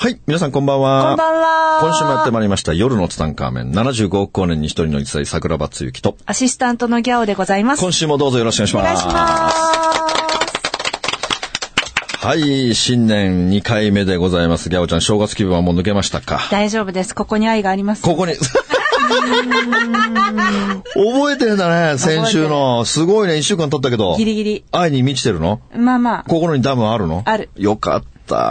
はい、皆さんこんばんは。こんばんは今週もやってまいりました、夜のツタンカーメン、75億光年に一人の一歳、桜庭つゆきと、アシスタントのギャオでございます。今週もどうぞよろしくお願いしお願いします。ます。はい、新年2回目でございます。ギャオちゃん、正月気分はもう抜けましたか大丈夫です。ここに愛があります。ここに。覚えてんだね、先週の。すごいね、1週間経ったけど。ギリギリ。愛に満ちてるのまあまあ。心にダムあるのあるよかった。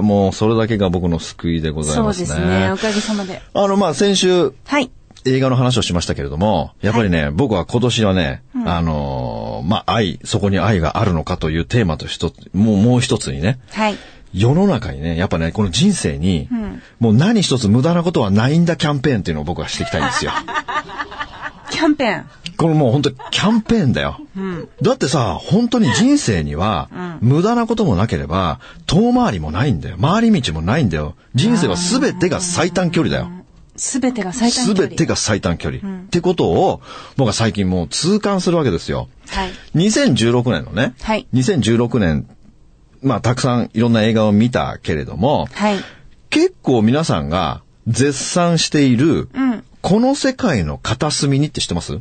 もう、それだけが僕の救いでございそうますでね。すね。おかげさまで。あの、まあ、先週、はい。映画の話をしましたけれども、やっぱりね、僕は今年はね、あのーまあ、愛、そこに愛があるのかというテーマと一つ、もう、もう一つにね、はい。世の中にね、やっぱね、この人生に、もう何一つ無駄なことはないんだキャンペーンっていうのを僕はしていきたいんです よ。キャンペーン。これもう本当にキャンペーンだよ。だってさ、本当に人生には、無駄なこともなければ、遠回りもないんだよ。回り道もないんだよ。人生は全てが最短距離だよ。すべてが最短距す離。べてが最短距離。ってことを、僕は最近もう痛感するわけですよ。はい。 2016年のね、はい2016年、まあたくさんいろんな映画を見たけれども、はい。結構皆さんが絶賛している、うん。この世界の片隅にって知ってます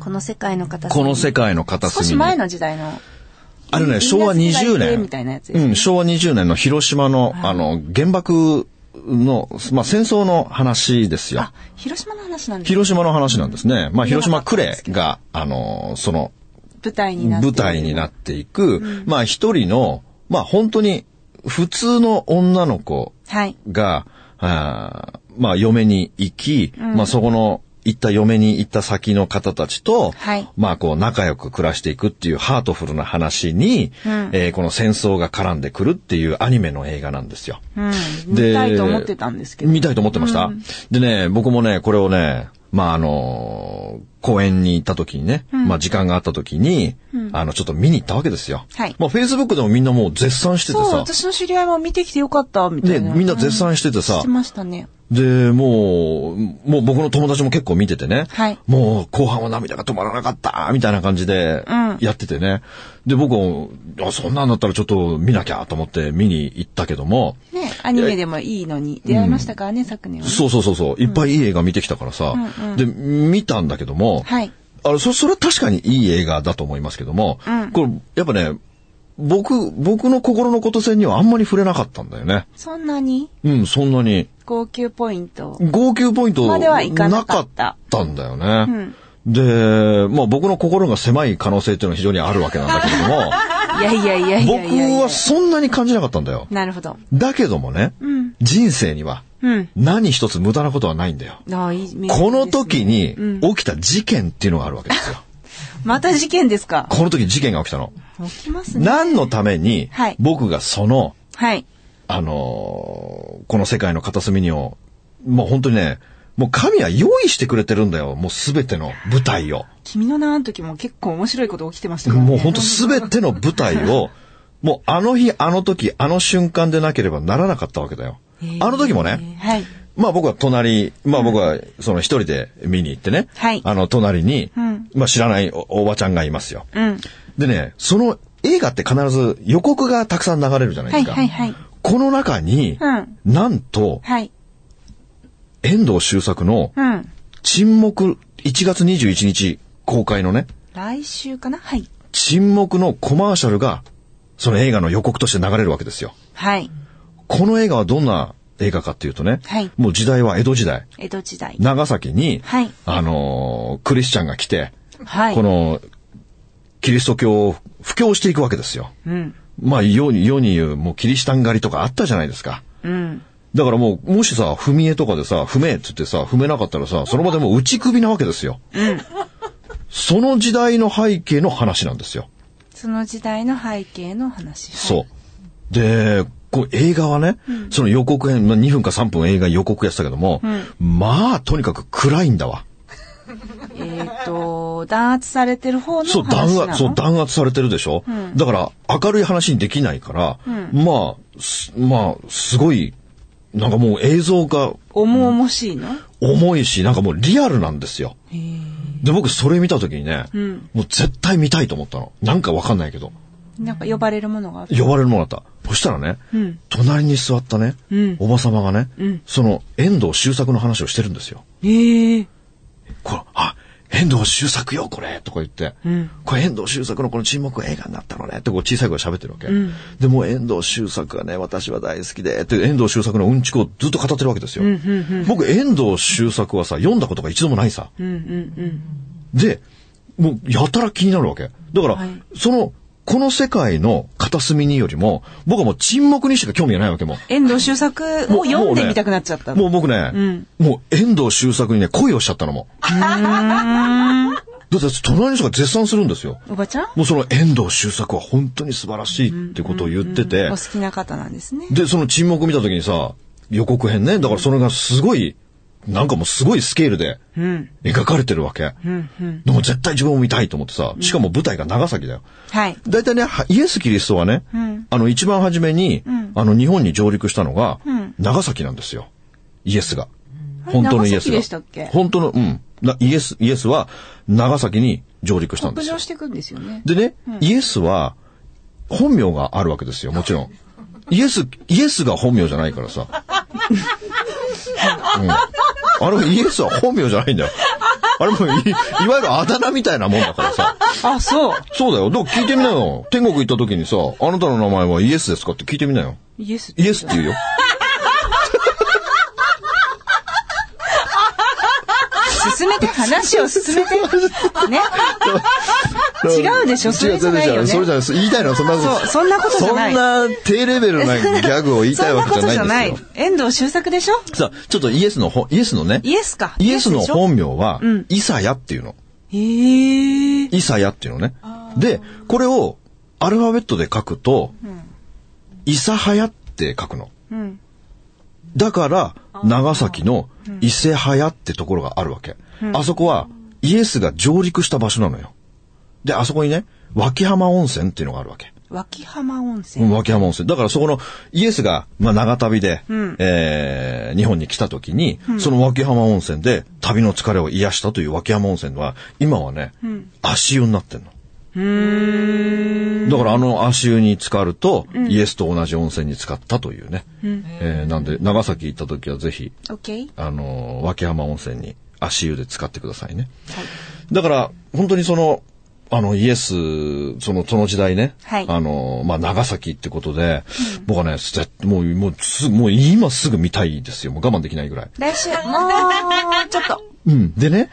この世界の方この世界の片少隅に。し前の時代の。あれね、み昭和みんな世界で20みたいなや年つ。ですねうん、昭和20年の広島の、あの、原爆の、まあ戦争の話ですよあ。、広島の話なんですね広島の話なんですね。まあ、広島見なかった呉んですけどが、あの、その、舞台になって。舞台になっていく、まあ、一人の、まあ、本当に、普通の女の子はい。が、あーまあ、嫁に行き、まあ、そこの、行った嫁に行った先の方たちと、はいまあ、こう、仲良く暮らしていくっていうハートフルな話に、えーこの戦争が絡んでくるっていうアニメの映画なんですよ。うん。で見たいと思ってたんですけど。見たいと思ってました、でね、僕もね、これをね、まあ、あのー公園に行った時にね、まあ、時間があった時に、あの、ちょっと見に行ったわけですよ。はいまあ、Facebook でもみんなもう絶賛しててそう、さ、私の知り合いも見てきてよかった、みたね、いな。みんな絶賛しててうんさして、ましたね。で、もう、もう僕の友達も結構見ててね、はいもう後半は涙が止まらなかった、みたいな感じでうん、やっててね。で、僕も、あ、そんなんだったらちょっと見なきゃと思って見に行ったけども、ね、アニメでもいいのに出会いましたからね、昨年はね。そうそうそうそう。いっぱいいい映画見てきたからさ。うんうんで、見たんだけども、はい。あの、そ、それは確かにいい映画だと思いますけども、うんこれ、やっぱね、僕、僕の心のこと線にはあんまり触れなかったんだよね。そんなにうん、そんなに。号泣ポイント。号泣ポイントまではいかななかかっったたんだよね。で、まあ僕の心が狭い可能性っていうのは非常にあるわけなんだけれども、 いやいやいやいやいやいや僕はそんなに感じなかったんだよ。なるほど。だけどもね、うん。人生にはうん。何一つ無駄なことはないんだよ。ああ、いい名言ですねこの時にうん起きた事件っていうのがあるわけですよ。また事件ですかこの時事件が起きたの。起きますね。何のためにはい僕がその、はい。あのーこの世界の片隅にを、もう本当にね、もう神は用意してくれてるんだよ。もうすべての舞台を。君の名の時も結構面白いこと起きてましたからね。もう本当すべての舞台 を、もうあの日、あの時、あの瞬間でなければならなかったわけだよへ。ーあの時もね、はい。まあ僕は隣、まあ僕はその一人で見に行ってね、はいあの隣に、うんまあ知らないおおばちゃんがいますよ。うん。でね、その映画って必ず予告がたくさん流れるじゃないですか。はいはいはいこの中に、うんなんと、はい。遠藤周作のうん。沈黙、1月21日公開のね、来週かなはい。沈黙のコマーシャルが、その映画の予告として流れるわけですよ。はい。この映画はどんな映画かっていうとね、はいもう時代は江戸時代、江戸時代。長崎に、はいあのークリスチャンが来て、はい。この、キリスト教を布教していくわけですよ。うん。まあ、世に、世に言う、もうキリシタン狩りとかあったじゃないですか。うん。だからもう、もしさ、踏み絵とかでさ、踏めって言ってさ、踏めなかったらさ、その場でもう打ち首なわけですよ。その時代の背景の話なんですよ。その時代の背景の話。う。そう。で、こう映画はね、その予告編、まあ2分か3分映画予告やってたけども、まあ、とにかく暗いんだわ。えっ、と、弾圧されてる方のそう、話弾なの圧、そう、弾圧されてるでしょ、だから、明るい話にできないから、まあ、すまあ、すごい、なんかもう映像が重々しいの重いし、なんかもうリアルなんですよ。で、僕それ見た時にね、もう絶対見たいと思ったの。なんかわかんないけど。なんか呼ばれるものがある。呼ばれるものだった。そしたらね、隣に座ったね、おばさまがね、その遠藤周作の話をしてるんですよ。ええこれ、あ、遠藤周作よ、これとか言って、これ遠藤周作のこの沈黙映画になったのねってこう小さい声で喋ってるわけ。で、もう遠藤周作がね、私は大好きで、って遠藤周作のうんちくをずっと語ってるわけですよ。僕、遠藤周作はさ、読んだことが一度もないさ。で、もう、やたら気になるわけ。だから、はいその、この世界の片隅によりも、僕はもう沈黙にしか興味がないわけもう。遠藤周作を読んでみたくなっちゃったの。もう僕ね、もう遠藤周作にね、恋をしちゃった のもう。だって隣の人が絶賛するんですよ。おばちゃんもうその遠藤周作は本当に素晴らしいってことを言っててお好、きな方なんですね。で、その沈黙見た時にさ、予告編ね、だからそれがすごい、なんかもうすごいスケールで描かれてるわけ。でも絶対自分も見たいと思ってさ、しかも舞台が長崎だよ。はい。大体ね、はイエス・キリストはね、あの一番初めに、あの日本に上陸したのが、長崎なんですよ。イエスが。れ本当のイエ長崎スが。でしたっけ本当の、うん。なイエス、イエスは長崎に上陸したんで北すよ上。していくんですよね。でね、イエスは本名があるわけですよ、もちろん。イエス、イエスが本名じゃない からさ。うん、あれもイエスは本名じゃないんだよ。あれもい、いわゆるあだ名みたいなもんだからさ。あ、そう。そうだよ。どう聞いてみなよ。天国行った時にさ、あなたの名前はイエスですかって聞いてみなよ。イエス。イエスって言うよ。進めて、話を進めて。ね。 違うでしょそれじゃないよね違うそれじゃないそれじゃない言いたいのはそんなこと。そうそんなことじゃないそんな低レベ ルなギャグを言いたいそんわなけこじゃとないじゃなんですいよ。。遠藤周作でしょさあ、ちょっとイエスのほ、イエスのね。イエスかイエスのイエスでしょ本名は、イサヤっていうの。ええイサヤっていうのね。で、これをアルファベットで書くと、イサハヤって書くの。んだから、長崎の伊勢ハヤってところがあるわけ。あそこはイエスが上陸した場所なのよ。で、あそこにね、脇浜温泉っていうのがあるわけ。脇浜温う泉。ん脇浜温泉。だからそこのイエスが、まあ、長旅で、えー日本に来た時に、その脇浜温泉で旅の疲れを癒したという脇浜温泉は、今はね、足湯になってんの。だからあの足湯に浸かると、イエスと同じ温泉に浸かったというね。えーなんで、長崎行った時はぜひ、オッケーあのー、脇浜温泉に足湯で使ってくださいね。だから、本当にその、あの、イエス、その、その時代ね。はいあのー、まあ、長崎ってことで、僕はね、ぜもう、もう、すぐ、もう今すぐ見たいですよ。もう我慢できないぐらい。来週、もう、ちょっと。うん。でね、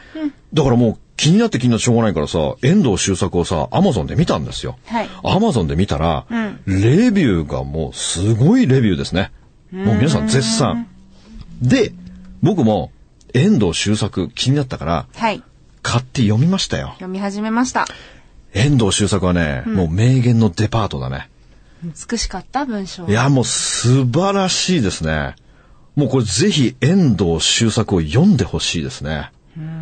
だからもう気になって気になってしょうがないからさ、遠藤周作をさ、アマゾンで見たんですよ。はいアマゾンで見たら、レビューがもうすごいレビューですね。もう皆さん絶賛。で、僕も遠藤周作気になったから、はい。買って読みましたよ。読み始めました。遠藤周作はね、もう名言のデパートだね。美しかった文章。いや、もう素晴らしいですね。もうこれぜひ遠藤周作を読んでほしいですね。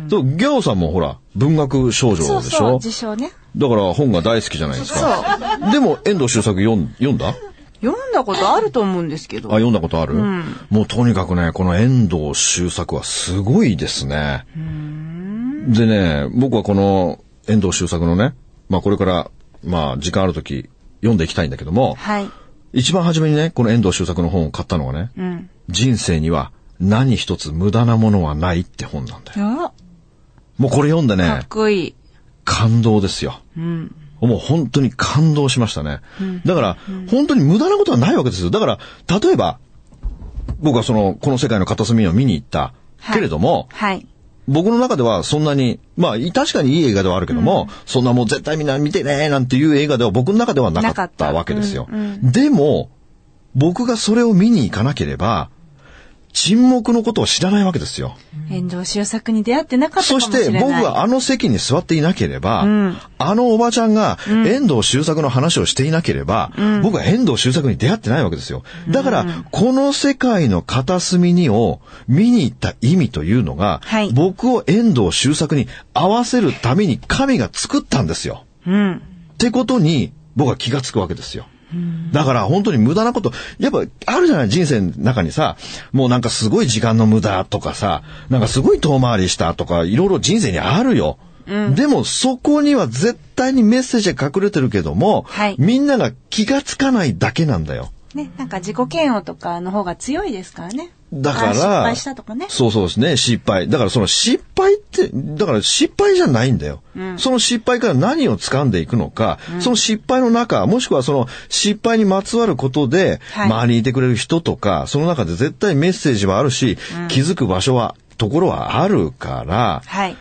そう、ギャオさんもほら、文学少女でしそょうそう、自称ね。だから本が大好きじゃないですか。でも遠藤周作読ん読んだあ、読んだことあると思うんですけど。読んだことある、もうとにかくね、この遠藤周作はすごいですね。でね、僕はこの遠藤周作のね、まあこれから、まあ時間ある時読んでいきたいんだけども、はい。一番初めにね、この遠藤周作の本を買ったのはね、うん。人生には何一つ無駄なものはないって本なんだよ。あもうこれ読んでかねっ、こいい。感動ですよ。うん。もう本当に感動しましたね。だから、本当に無駄なことはないわけですよ。だから、例えば、僕はその、この世界の片隅を見に行った。はいけれども、はい。僕の中ではそんなに、まあ、確かにいい映画ではあるけども、そんなもう絶対みんな見てねーなんていう映画では僕の中ではななかかっったたわけですよ。でも、僕がそれを見に行かなければ、沈黙のことを知らないわけですよ。遠藤周作に出会ってなかったかそもししれない。て僕はあの席に座っていなければ、んあのおばちゃんが遠藤周作の話をしていなければ、僕は遠藤周作に出会ってないわけですよ。だから、この世界の片隅にを見に行った意味というのが、はい僕を遠藤周作に合わせるために神が作ったんですよ。うん。ってことに僕は気がつくわけですよ。だから本当に無駄なこと、やっぱあるじゃない人生の中にさ、もうなんかすごい時間の無駄とかさ、なんかすごい遠回りしたとか、いろいろ人生にあるよ。でもそこには絶対にメッセージが隠れてるけども、はいみんなが気がつかないだけなんだよ。ね、なんか自己嫌悪とかの方が強いですからね。だから、あ失敗したとかね。そうそうですね、失敗。だからその失敗って、だから失敗じゃないんだよ。その失敗から何を掴んでいくのか、その失敗の中、もしくはその失敗にまつわることで、はい周りにいてくれる人とか、その中で絶対メッセージはあるし、気づく場所は、ところはあるから、はい。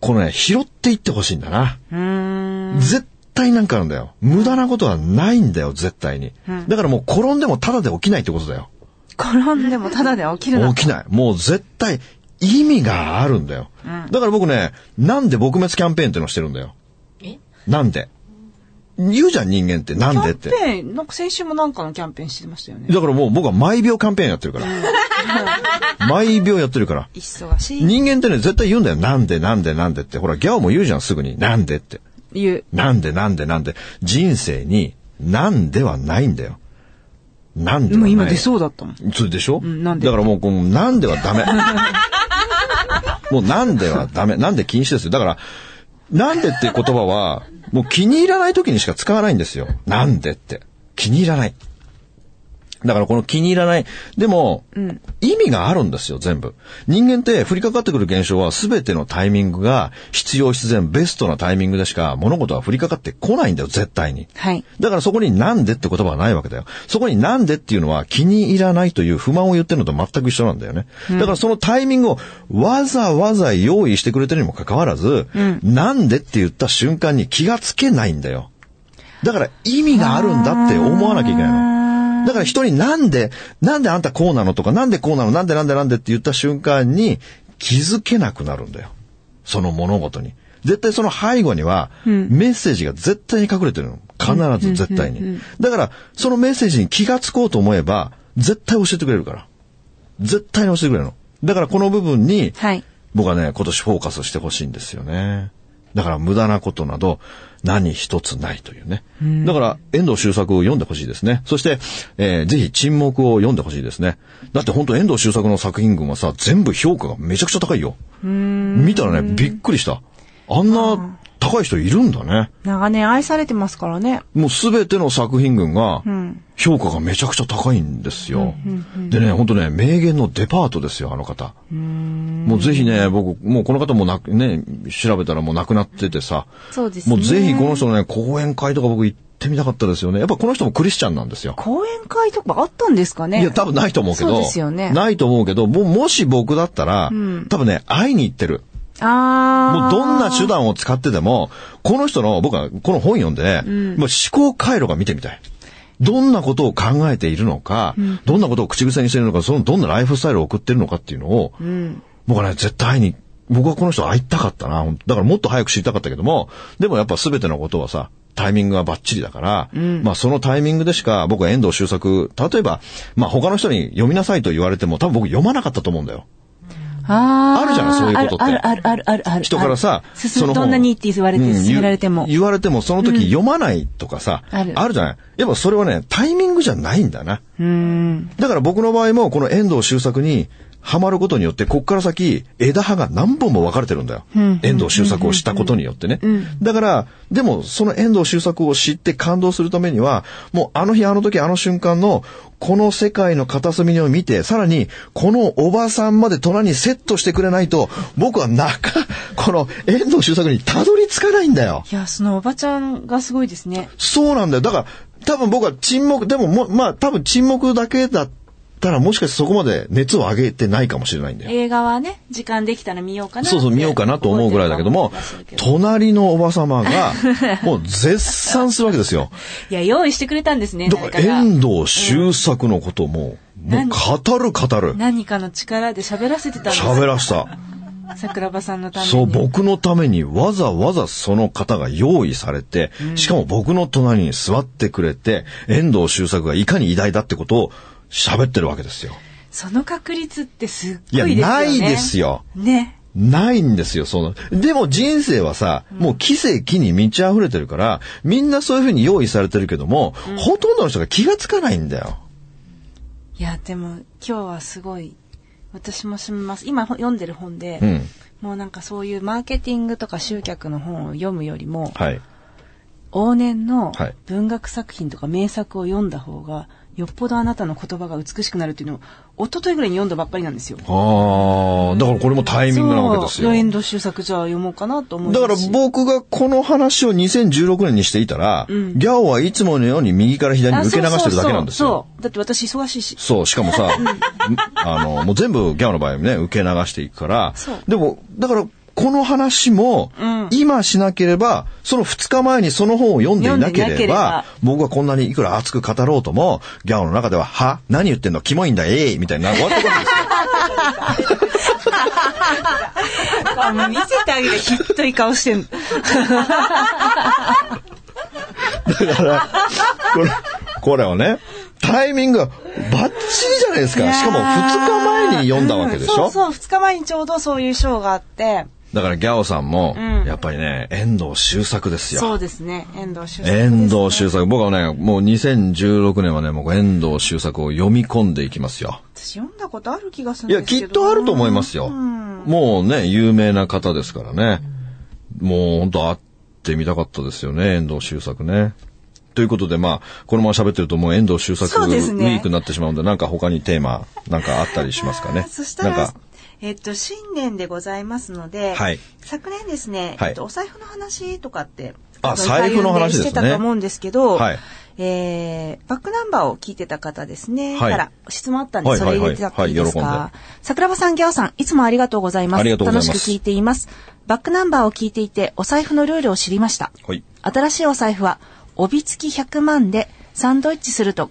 このね、拾っていってほしいんだな。うーん。絶対なんかあるんだよ。無駄なことはないんだよ、絶対に。だからもう転んでもタダで起きないってことだよ。転んでもただで起きるな。起きない。もう絶対意味があるんだよ。だから僕ね、なんで撲滅キャンペーンってのをしてるんだよ。えなんで言うじゃん人間ってなんでっキャンて。ペーン、なんか先週もなんかのキャンペーンしてましたよね。だからもう僕は毎秒キャンペーンやっ てるから。毎秒やってるから。忙しい。人間ってね、絶対言うんだよ。なんでなんでなんでって。ほら、ギャオも言うじゃん、すぐに。なんでって。言う。なんでなんでなんで。人生に、なんではないんだよ。なんでではなもい。今出そうだったもん。それでしょ、んなんでだからもう、こうなんでは ダメ。もうなんではダメ。なんで禁止ですよ。だから、なんでっていう言葉は、もう気に入らない時にしか使わないんですよ。なんでって。気に入らない。だからこの気に入らない。でも、意味があるんですよ、全部。人間って降りかかってくる現象は全てのタイミングが必要必然ベストなタイミングでしか物事は降りかかってこないんだよ、絶対に。はい。だからそこになんでって言葉はないわけだよ。そこになんでっていうのは気に入らないという不満を言ってるのと全く一緒なんだよね。だからそのタイミングをわざわざ用意してくれてるにもかかわらず、なんでって言った瞬間に気がつけないんだよ。だから意味があるんだって思わなきゃいけないの。だから人になんで、なんであんたこうなのとか、なんでこうなの、なんでなんでなんでって言った瞬間に気づけなくなるんだよ。その物事に。絶対その背後には、メッセージが絶対に隠れてるの。必ず絶対に。だから、そのメッセージに気がつこうと思えば、絶対教えてくれるから。絶対に教えてくれるの。だからこの部分に、はい。僕はね、今年フォーカスしてほしいんですよね。だから無駄なことなど何一つないというね。だから遠藤周作を読んでほしいですね。そして、えーぜひ沈黙を読んでほしいですね。だって本当遠藤周作の作品群はさ、全部評価がめちゃくちゃ高いよ。見たらね、びっくりした。あんな高い人いるんだね。長年愛されてますからね。もうすべての作品群がん評価がめちゃくちゃ高いんですよ。でね、本当ね、名言のデパートですよ、あの方。もうぜひね、僕、もうこの方もなく、ね、調べたらもう亡くなっててさ。そうですねもうぜひこの人のね、講演会とか僕行ってみたかったですよね。やっぱこの人もクリスチャンなんですよ。講演会とかあったんですかねいや、多分ないと思うけど。そうですよね。ないと思うけど、もうもし僕だったら、多分ね、会いに行ってる。あー。もうどんな手段を使ってでも、この人の、僕はこの本読んで、もう思考回路が見てみたい。どんなことを考えているのか、どんなことを口癖にしているのか、そのどんなライフスタイルを送っているのかっていうのを、僕はね、絶対に、僕はこの人会いたかったな。ほんだからもっと早く知りたかったけども、でもやっぱ全てのことはさ、タイミングがバッチリだから、まあそのタイミングでしか僕は遠藤周作、例えば、まあ他の人に読みなさいと言われても多分僕読まなかったと思うんだよ。あーあるじゃんそういうことってあるあるあるあるあるある。人からさ、進むどんなにって言われて、うん勧められても。言言われても、その時読まないとかさ、あるあるじゃないやっぱそれはね、タイミングじゃないんだな。うーん。だから僕の場合も、この遠藤周作に、ハマることによって、こっから先、枝葉が何本も分かれてるんだよ。遠藤周作を知ったことによってね。だから、でも、その遠藤周作を知って感動するためには、もうあの日、あの時、あの瞬間の、この世界の片隅を見て、さらに、このおばさんまで隣にセットしてくれないと、僕はなか、この遠藤周作にたどり着かないんだよ。いや、そのおばちゃんがすごいですね。そうなんだよ。だから、多分僕は沈黙、でももう、まあ、多分沈黙だけだったら、もしかしてそこまで熱を上げてないかもしれないんだよ。映画はね、時間できたら見ようかなって。そうそう、見ようかなと思うぐらいだけども覚えてる、かも隣のおばさまが、もう絶賛するわけですよ。いや、用意してくれたんですね、だ誰か、からが。遠藤周作のことをもう、もう語る語る。何かの力で喋らせてたんです喋らした。桜庭さんのために。そう、僕のためにわざわざその方が用意されて、しかも僕の隣に座ってくれて、遠藤周作がいかに偉大だってことを喋ってるわけですよ。その確率ってすっいごや、いですよね。ないよ。ね。ですよ。ないんですよ、その。でも人生はさ、もう奇跡に満ち溢れてるから、みんなそういう風に用意されてるけども、ほとんどの人が気がつかないんだよ。いや、でも今日はすごい、私もしみます。今ほ読んでる本で、うん。もうなんかそういうマーケティングとか集客の本を読むよりも、はい。往年のはい文学作品とか名作を読んだ方が、よっぽどあなたの言葉が美しくなるっていうのを、一昨日ぐらいに読んだばっかりなんですよ。ああ、だからこれもタイミングなわけですよ。そう遠藤周作じゃあ読もうかなと思いだからますし僕がこの話を2016年にしていたら、ギャオはいつものように右から左に受け流してるだけなんですあそうそうそうよ。そうだって私忙しいし。そう、しかも さ、あの、もう全部ギャオの場合ね、受け流していくからそう、でも、だから、この話も、今しなければ、その2日前にその本を読んでいなけれ読んでば、なければ僕がこんなにいくら熱く語ろうとも、ギャオの中では、は何言ってんのキモいんだ、ええみたいにな終わってくるんですよ。あもう見せてあげる。きっといい顔してん。だから、こ れ、これをね、タイミングがバッチリじゃないですか。しかも2日前に読んだわけでしょ、うんそうそう、2日前にちょうどそういう賞があって、だからギャオさんも、うんやっぱりね、遠藤周作ですよ。そうですね、遠藤周作ですね、遠藤周作。僕はね、もう2016年はね、もう遠藤周作を読み込んでいきますよ。私読んだことある気がすいるや、んですきけど。っとあると思いますよ。うんもうね、有名な方ですからね。もう本当会ってみたかったですよね、遠藤周作ね。ということで、まあ、このまま喋ってるともう遠藤周作そウうですねィークになってしまうんで、なんか他にテーマ、なんかあったりしますかねあ。ーそしたなんらか、、えっと、新年でございますので、はい昨年ですね、はいえっと、お財布の話とかって、あ財布の話ですねしてたと思うんですけど、はいえー、バックナンバーを聞いてた方ですね、はいから質問あったんで、はいそれ入れてたっていいですか、はいはいはいはい桜庭さん、ギャオさん、いつもありがとうございます。ありがとうございます楽しく聞いています。バックナンバーを聞いていて、お財布のルールを知りました。はい。新しいお財布は帯付き100万でサンドイッチすると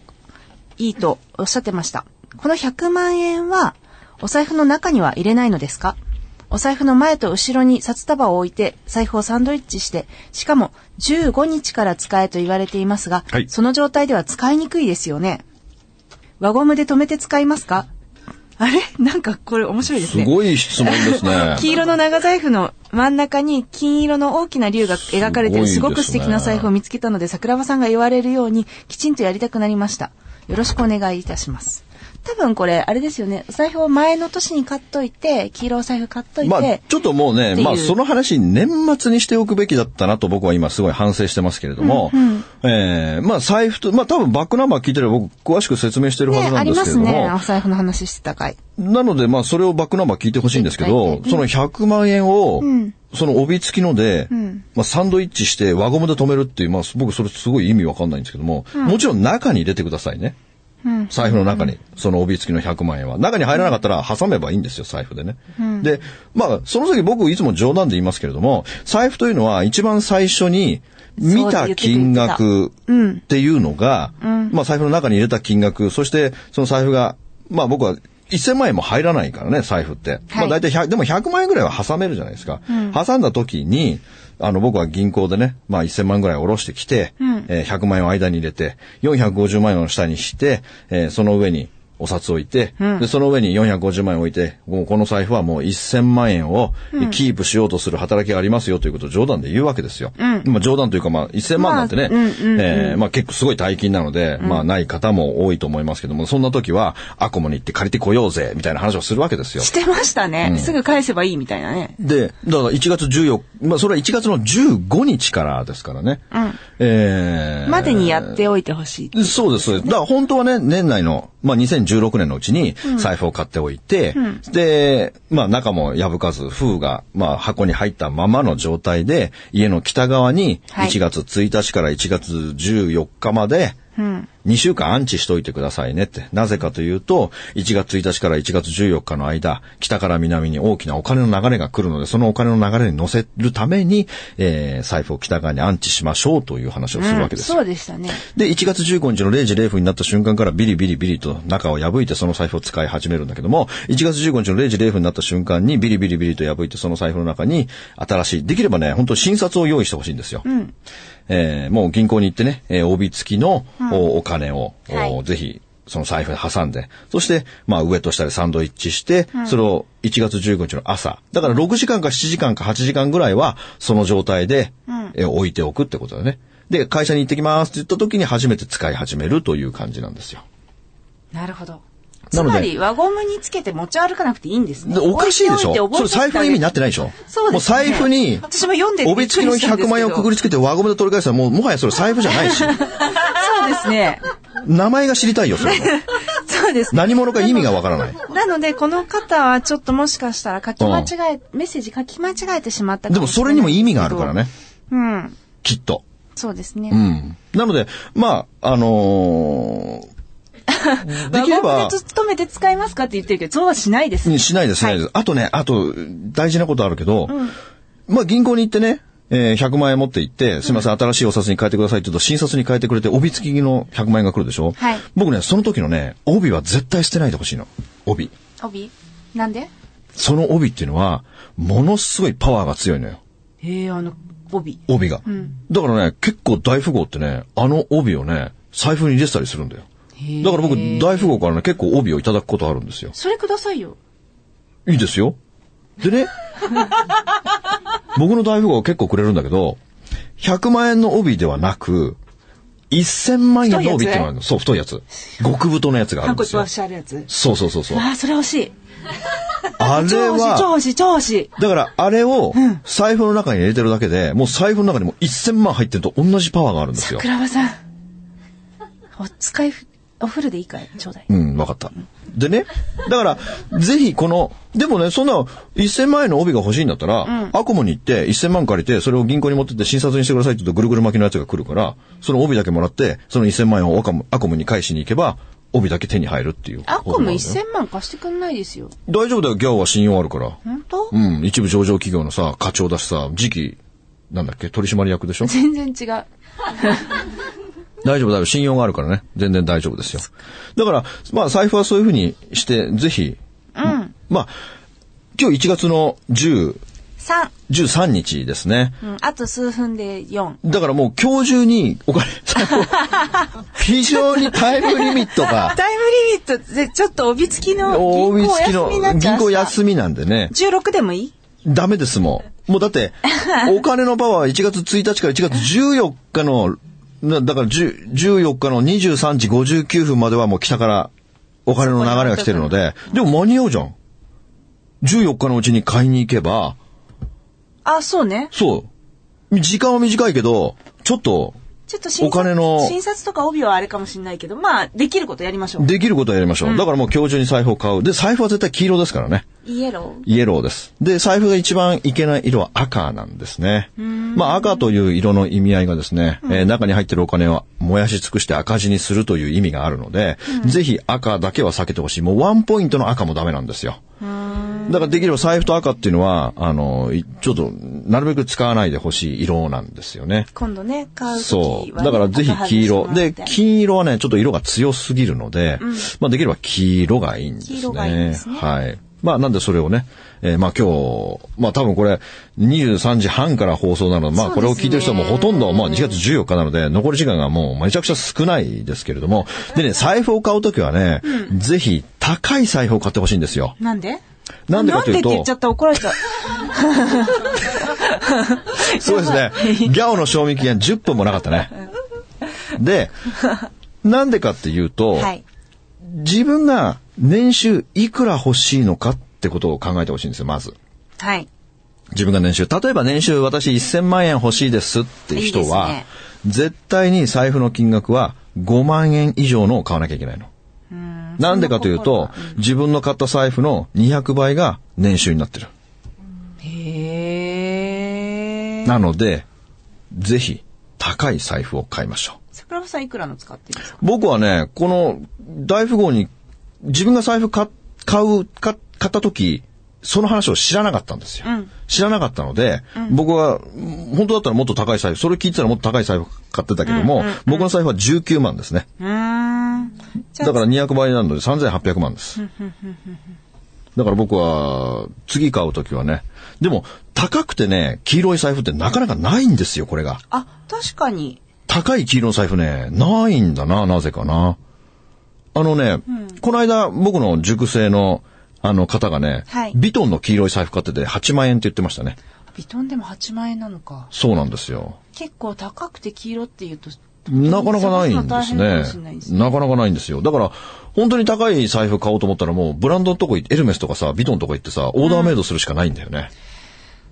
いいとおっしゃってました。この100万円はお財布の中には入れないのですかお財布の前と後ろに札束を置いて財布をサンドイッチして、しかも15日から使えと言われていますが、はいその状態では使いにくいですよね。輪ゴムで止めて使いますかあれなんかこれ面白いですすね。。ごい質問ですね 黄色の長財布の真ん中に金色の大きな竜が描かれてるすすごごいでくす素ね敵な財布を見つけたので桜庭さんが言われるようにきちんとやりたくなりました。よろしくお願いいたします。多分これ、あれですよね。お財布を前の年に買っといて、黄色お財布買っといて。まあ、ちょっともうっね、ていうまあ、その話、年末にしておくべきだったなと僕は今すごい反省してますけれども、ええまあ、財布と、まあ、多分バックナンバー聞いてれば僕、詳しく説明してるはずね、なあんりですまけれすども、ね。お財布の話してたかい。なので、まあ、それをバックナンバー聞いてほしいんですけうどん、その100万円を、その帯付きので、んまあ、サンドイッチして輪ゴムで止めるっていう、まあ、僕それすごい意味わかんないんですけども、もちろん中に入れてくださいね。うん財布の中に、その帯付きの100万円は。中に入らなかったら挟めばいいんですよ、財布でね。で、まあ、その時僕いつも冗談で言いますけれども、財布というのは一番最初に見た金額っていうのが、まあ財布の中に入れた金額、そしてその財布が、まあ僕は1000万円も入らないからね、財布って。はまあい大体100、でも100万円ぐらいは挟めるじゃないですか。挟んだ時に、あの僕は銀行でね、まあ1000万円ぐらい下ろしてきて、えー100万円を間に入れて、450万円を下にして、えーその上にお札を置いて、で、その上に450万円を置いて、もうこの財布はもう1000万円をキープしようとする働きがありますよということを冗談で言うわけですよ。まあ冗談というかまあ1000万なんてね、まあうんうんうんえーまあ結構すごい大金なので、まあない方も多いと思いますけども、そんな時はアコモに行って借りてこようぜ、みたいな話をするわけですよし。てましたね。すぐ返せばいいみたいなね。で、だから1月14、まあそれは1月の15日からですからね。えーまでにやっておいてほしい。そうです、そうです。だから本当はね、年内の、まあ、2016年のうちに財布を買っておいて、で、まあ、中も破かず、封が、まあ、箱に入ったままの状態で、家の北側に、はい1月1日から1月14日まで、うん。 2週間安置しといてくださいねって。なぜかというと、1月1日から1月14日の間、北から南に大きなお金の流れが来るので、そのお金の流れに乗せるために、えー財布を北側に安置しましょうという話をするわけですよ。そうでしたね。で、1月15日の0時0分になった瞬間からビリビリビリと中を破いてその財布を使い始めるんだけども、1月15日の0時0分になった瞬間にビリビリビリと破いてその財布の中に新しい、できればね、本当新札を用意してほしいんですよ。えーもう銀行に行ってね、えー帯付きの、おお金を、おはいぜひ、その財布に挟んで、そして、まあ上と下でサンドイッチして、それを1月15日の朝、だから6時間か7時間か8時間ぐらいは、その状態で、えー置いておくってことだね。で、会社に行ってきますって言った時に初めて使い始めるという感じなんですよ。なるほど。つなのでまり、輪ゴムにつけて持ち歩かなくていいんですね。でおかしいでしょそれ財布の意味になってない。ないでしょそうです、ね。もう財布に、私も読んでびっく帯りしたん付きのですけど100万円をくぐりつけて輪ゴムで取り返したら、もうもはやそれ財布じゃ ないし、そうですね。名前が知りたいよ、それも。そうですね。何者か意味がわからない。なので、この方はちょっともしかしたら書き間違え、メッセージ書き間違えてしまったかでもそれにも意味があるしれなからいでねす。けど。うん。きっと。そうですね。うん。なので、まあ、あの ーできれ輪ばゴム、で勤めて使いますかって言ってるけど、そうはしないです。うんしないです、しないです。あとね、あと、大事なことあるけど、まあ、銀行に行ってね、えー100万円持って行って、すいません、新しいお札に変えてくださいって言うと、新札に変えてくれて、帯付きの100万円が来るでしょはい僕ね、その時のね、帯は絶対捨てないでほしいの。帯。帯なんでその帯っていうのは、ものすごいパワーが強いのよ。ええ、あの、帯。帯が。だからね、結構大富豪ってね、あの帯をね、財布に入れてたりするんだよ。だから僕、大富豪からね、結構帯をいただくことあるんですよ。それくださいよ。いいですよ。でね、僕の大富豪は結構くれるんだけど、100万円の帯ではなく、1000万円の帯っていうのがあるの。そう、太いやつ。極太のやつがあるんですよ。しあるやつ。そうそうそうそう。ああ、それ欲しい。あれ超欲しい、超は、欲しい、超欲しい。だからあれを財布の中に入れてるだけで、もう財布の中にも1000万入ってると同じパワーがあるんですよ。桜庭さん。お使いふ、お風呂でいいから、ちょうだい。うん、わかった。でね、だから、ぜひこの、でもね、そんな、1000万円の帯が欲しいんだったら、アコモに行って、1000万借りて、それを銀行に持ってって、診察にしてくださいって言うと、ぐるぐる巻きのやつが来るから、その帯だけもらって、その1000万円をアコムアコムに返しに行けば、帯だけ手に入るっていう。アコム1000万貸してくんないですよ。大丈夫だよ、ギャオは信用あるから。本当うん、一部上場企業のさ、課長だしさ、次期、なんだっけ、取締役でしょ全然違う。大丈夫、大丈夫。信用があるからね。全然大丈夫ですよ。だから、まあ、財布はそういうふうにして、ぜひ、うん。まあ、今日1月の10、 3。 13日ですね。うん。あと数分で4。だからもう今日中に お金、財布を非常にタイムリミットが、タイムリミットで、ちょっと帯付きの大銀行月休みになっのちゃ銀う。行休みなんでね、 16でもいいダメですもん。もうだ って、お金のパワーは1月1日から1月14日の、なだから10 14日の23時59分まではもう北からお金の流れが来てるので、でも間に合うじゃん。14日のうちに買いに行けば、あ、そうね。そう。時間は短いけど、ちょっと、ちょっと診察お金の診察とか帯はあれかもしれないけど、まあ、できることやりましょう。できることはやりましょう。だからもう今日中に財布を買う。で、財布は絶対黄色ですからね。イエロー。イエローです。で、財布が一番いけない色は赤なんですね。まあ赤という色の意味合いがですね、えー中に入ってるお金を燃やし尽くして赤字にするという意味があるので、ぜひ赤だけは避けてほしい。もうワンポイントの赤もダメなんですよ。だからできれば財布と赤っていうのは、あの、いちょっと、なるべく使わないでほしい色なんですよね。今度ね、買うとそきう。はね、だからぜひ黄色。で、黄金色はね、ちょっと色が強すぎるので、まあできれば黄色がいいんですね。黄色がいいんですねはい。まあなんでそれをね、えーまあ今日、まあ多分これ23時半から放送なので、まあそうですねこれを聞いてる人はもうほとんど、まあ2月14日なので、残り時間がもうめちゃくちゃ少ないですけれども、でね、財布を買うときはね、ぜひ高い財布を買ってほしいんですよ。なんでなんでかというとなんでって言っちゃった怒られちゃう。 そ うですね。ギャオの賞味期限10分もなかったね。で、なんでかっていうと、はい。自分が年収いくら欲しいのかってことを考えてほしいんですよ、まず。はい。自分が年収。例えば年収私1000万円欲しいですっていう人は、いいで絶対に財布の金額は5万円以上のを買わなきゃいけないの。なんでかというと、自分の買った財布の200倍が年収になってる。へー。なので、ぜひ高い財布を買いましょう。桜庭さんいくらの使ってるんですか僕はね、この大富豪に自分が財布買買う、か買った時、その話を知らなかったんですよ。うん知らなかったので、僕は、本当だったらもっと高い財布、それ聞いてたらもっと高い財布買ってたけども、僕の財布は19万ですね。うーん。じゃだあから200倍なので3800万です。だから僕は、次買う時はね、でも、高くてね、黄色い財布ってなかなかないんですよ、これが。あ、確かに。高い黄色の財布ね、ないんだな、なぜかな。あのね、この間僕の熟成のあの方がね、はいビトンの黄色い財布買ってて8万円って言ってましたね。ビトンでも8万円なのか。そうなんですよ。結構高くて黄色って言うと、なかなかないん探ですすの大変かもしれないねで。すねなかなかないんですよ。だから、本当に高い財布買おうと思ったらもうブランドのとこ行って、エルメスとかさ、ビトンのとこ行ってさ、オーダーメイドするしかないんだよね。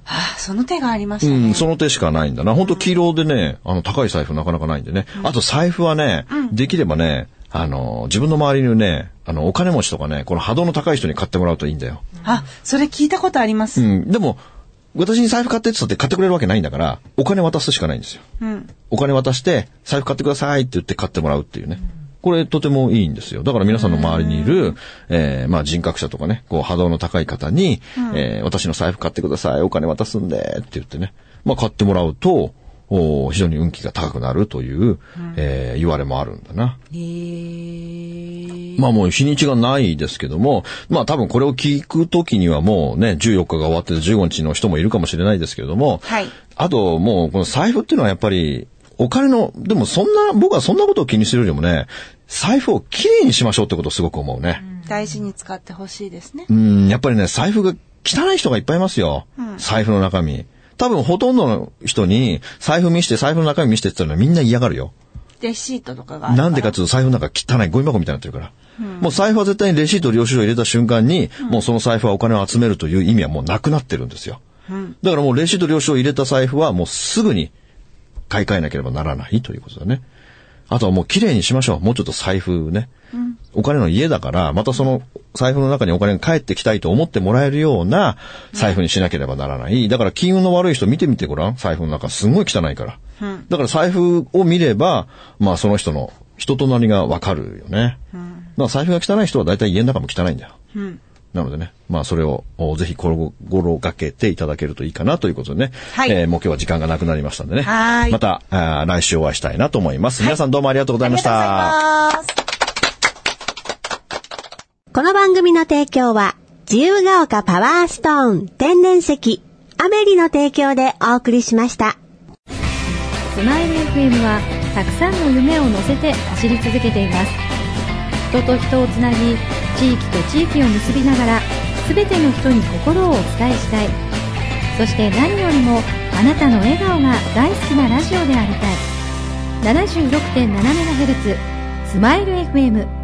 はあ、その手がありましうたね。ん、その手しかないんだな。本当黄色でね、あの、高い財布なかなかないんでね。あと財布はね、できればね、あの、自分の周りにね、あの、お金持ちとかね、この波動の高い人に買ってもらうといいんだよ。あ、それ聞いたことありまうす。ん、でも、私に財布買ってって言ったって買ってくれるわけないんだから、お金渡すしかないんですよ。うん。お金渡して、財布買ってくださいって言って買ってもらうっていうね。これとてもいいんですよ。だから皆さんの周りにいる、えー、まあ人格者とかね、こう波動の高い方に、えー、私の財布買ってください、お金渡すんで、って言ってね。まあ買ってもらうと、おー非常に運気が高くなるという、えー言われもあるんだな。へー。まあもう日にちがないですけども、まあ多分これを聞くときにはもうね、14日が終わってて15日の人もいるかもしれないですけれども、はいあともうこの財布っていうのはやっぱり、お金の、でもそんな、僕はそんなことを気にするよりもね、財布をきれいにしましょうってことをすごく思うね。大事に使ってほしいですねう。ん、やっぱりね、財布が汚い人がいっぱいいますよ。財布の中身。多分ほとんどの人に財布見して財布の中身見してって言ったらみんな嫌がるよ。レシートとかがあるから。なんでかっていうと財布の中汚いゴミ箱みたいになってるから。もう財布は絶対にレシート領収書を入れた瞬間に、もうその財布はお金を集めるという意味はもうなくなってるんですよ。だからもうレシート領収書を入れた財布はもうすぐに買い替えなければならないということだね。あとはもう綺麗にしましょう。もうちょっと財布ね。お金の家だから、またその財布の中にお金が返ってきたいと思ってもらえるような財布にしなければならない。だから金運の悪い人見てみてごらん。財布の中すごい汚いから。だから財布を見れば、まあその人の人となりがわかるよね。だから財布が汚い人は大体家の中も汚いんだよ。なのでね、まあそれをおぜひ心がけていただけるといいかなということでね、はいえーもう今日は時間がなくなりましたんでね、はいまたあー来週お会いしたいなと思います。皆さんどうもありがとうござあいりまがとしうござた。います。この番組の提供は、自由が丘パワーストーン天然石、アメリの提供でお送りしました。スマイル FM はたくさんの夢を乗せて走り続けています人と人をつなぎ地域と地域を結びながら全ての人に心をお伝えしたいそして何よりもあなたの笑顔が大好きなラジオでありたい 76.7MHz スマイル FM